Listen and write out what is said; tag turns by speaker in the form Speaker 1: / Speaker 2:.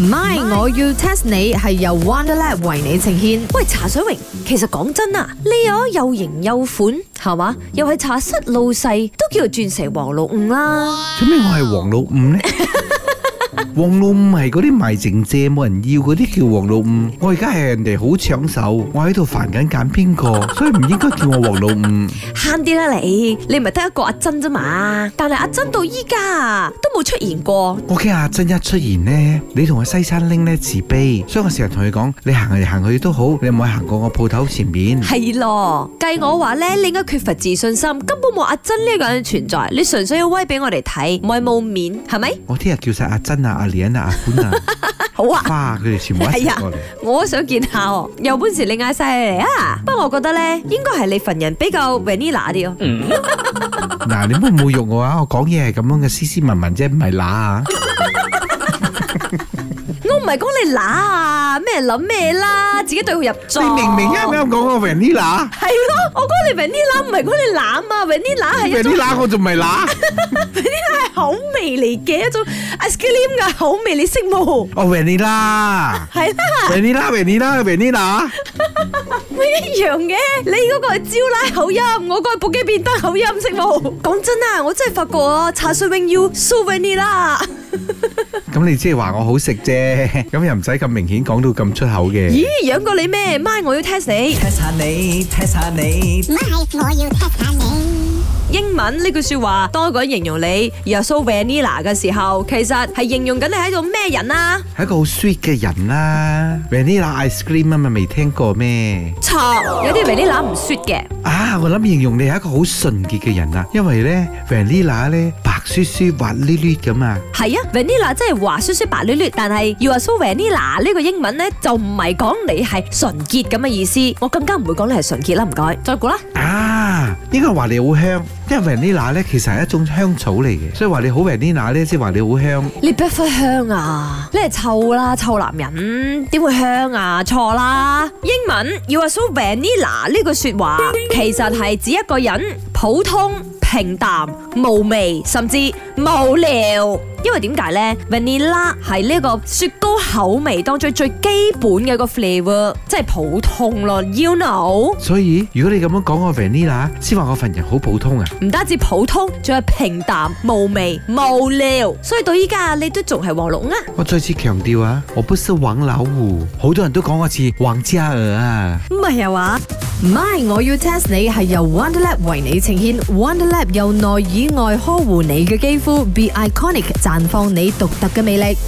Speaker 1: 唔係，我要 test 你係由 Wonderlab 為你呈獻。
Speaker 2: 喂，茶水榮，其實講真啊，呢樣又型又款，係嘛？又係茶室老細，都叫做鑽石王老五啦。
Speaker 3: 做咩我係黃老 五呢？黃老五係嗰啲賣剩蔗冇人要嗰啲叫黃老五，我而家係人哋好搶手，我喺度煩緊揀邊個，所以唔應該叫我黃老五。
Speaker 2: 慳啲啦你，你咪得一個阿珍啫嘛。但係阿珍到依家啊，都冇出現過。
Speaker 3: 我驚阿珍一出現呢，你同佢西餐拎呢自卑，所以我成日同佢講，你行嚟行去都好，你唔好行過我鋪頭前面。
Speaker 2: 係咯，計我話咧，你應該缺乏自信心，根本冇阿珍呢個人存在。你純粹要威俾我哋睇，唔係冇面，係咪？
Speaker 3: 我聽日叫晒阿珍啊、阿蓮啊、阿潘啊、
Speaker 2: 好啊。
Speaker 3: 花啊佢哋全部一
Speaker 2: 係啊
Speaker 3: 齊過嚟。
Speaker 2: 我都想見下哦，有本事你嗌晒佢嚟啊！不過我覺得咧，應該係你份人比較 vanilla 啲咯。
Speaker 3: 嗱，你唔好侮辱我啊！我講嘢係咁樣嘅斯斯文文啫，唔係乸啊！
Speaker 2: 我唔係講你乸啊，咩諗咩啦，自己對號入
Speaker 3: 你
Speaker 2: 座。
Speaker 3: 明啊明啱啱講我 vanilla。啊
Speaker 2: 係咯，我講你 vanilla 唔係講你攬啊，vanilla 係一種
Speaker 3: 啲乸我仲唔係乸？
Speaker 2: 口味嚟嘅一種 ice cream 嘅口味，你識冇？
Speaker 3: 哦，vanilla，vanilla，vanilla，vanilla，
Speaker 2: 係啦，咪一樣嘅。你嗰個係招拉口音，我嗰個係布基變得口音，識冇？講真啊，我真係發覺啊，茶水永要 so vanilla。
Speaker 3: 咁你即係話我好食啫，咁又唔使咁明顯講到咁出口嘅
Speaker 2: 咦。，養過你咩？媽，我要 test 你。
Speaker 4: test 下你，test 下你
Speaker 5: My，我要 test 下你。
Speaker 2: 英文呢句説話，當一個人形容你 you're so vanilla 嘅時候，其實係形容緊你係一種咩人啊？
Speaker 3: 係一個好 sweet 嘅人啦，vanilla ice cream 啊嘛，未聽過咩？
Speaker 2: 錯，有啲 vanilla 唔 sweet 嘅。
Speaker 3: 啊，我諗形容你係一個好純潔嘅人啊，因為咧 vanilla 咧白雪雪滑溜溜咁啊。
Speaker 2: 係啊，vanilla 真係滑雪雪白捋捋，但係 you are so vanilla 呢個英文呢，就唔係講你係純潔咁嘅意思，我更加唔會講你係純潔啦，唔該。再估啦，
Speaker 3: 啊，應該話你好香，因為 vanilla 咧其實係一種香草嚟嘅，所以話你好 vanilla 咧，即係話你好香。
Speaker 2: 你不分香啊，你係臭啦，臭男人點會香啊？錯啦，英文 you are so vanilla 呢句說話其實係指一個人普通。平淡無味，甚至無聊，因為點解呢 vanilla 係呢個雪糕口味當中最基本嘅一個 flavor，即係普通咯。You know，
Speaker 3: 所以如果你咁樣講我 vanilla，先話我份人好普通啊。
Speaker 2: 唔單止普通，仲係平淡無味、無聊，所以到依家你都仲係黃龍啊！
Speaker 3: 我再次強調啊，我不是王老五，好多人都講我似王嘉爾啊。
Speaker 2: 唔係啊話。
Speaker 1: 唔係，我要 test 你係由 Wonderlab 為你呈獻。Wonderlab 由內以外呵護你嘅肌膚，Be Iconic 綻放你獨特嘅魅力。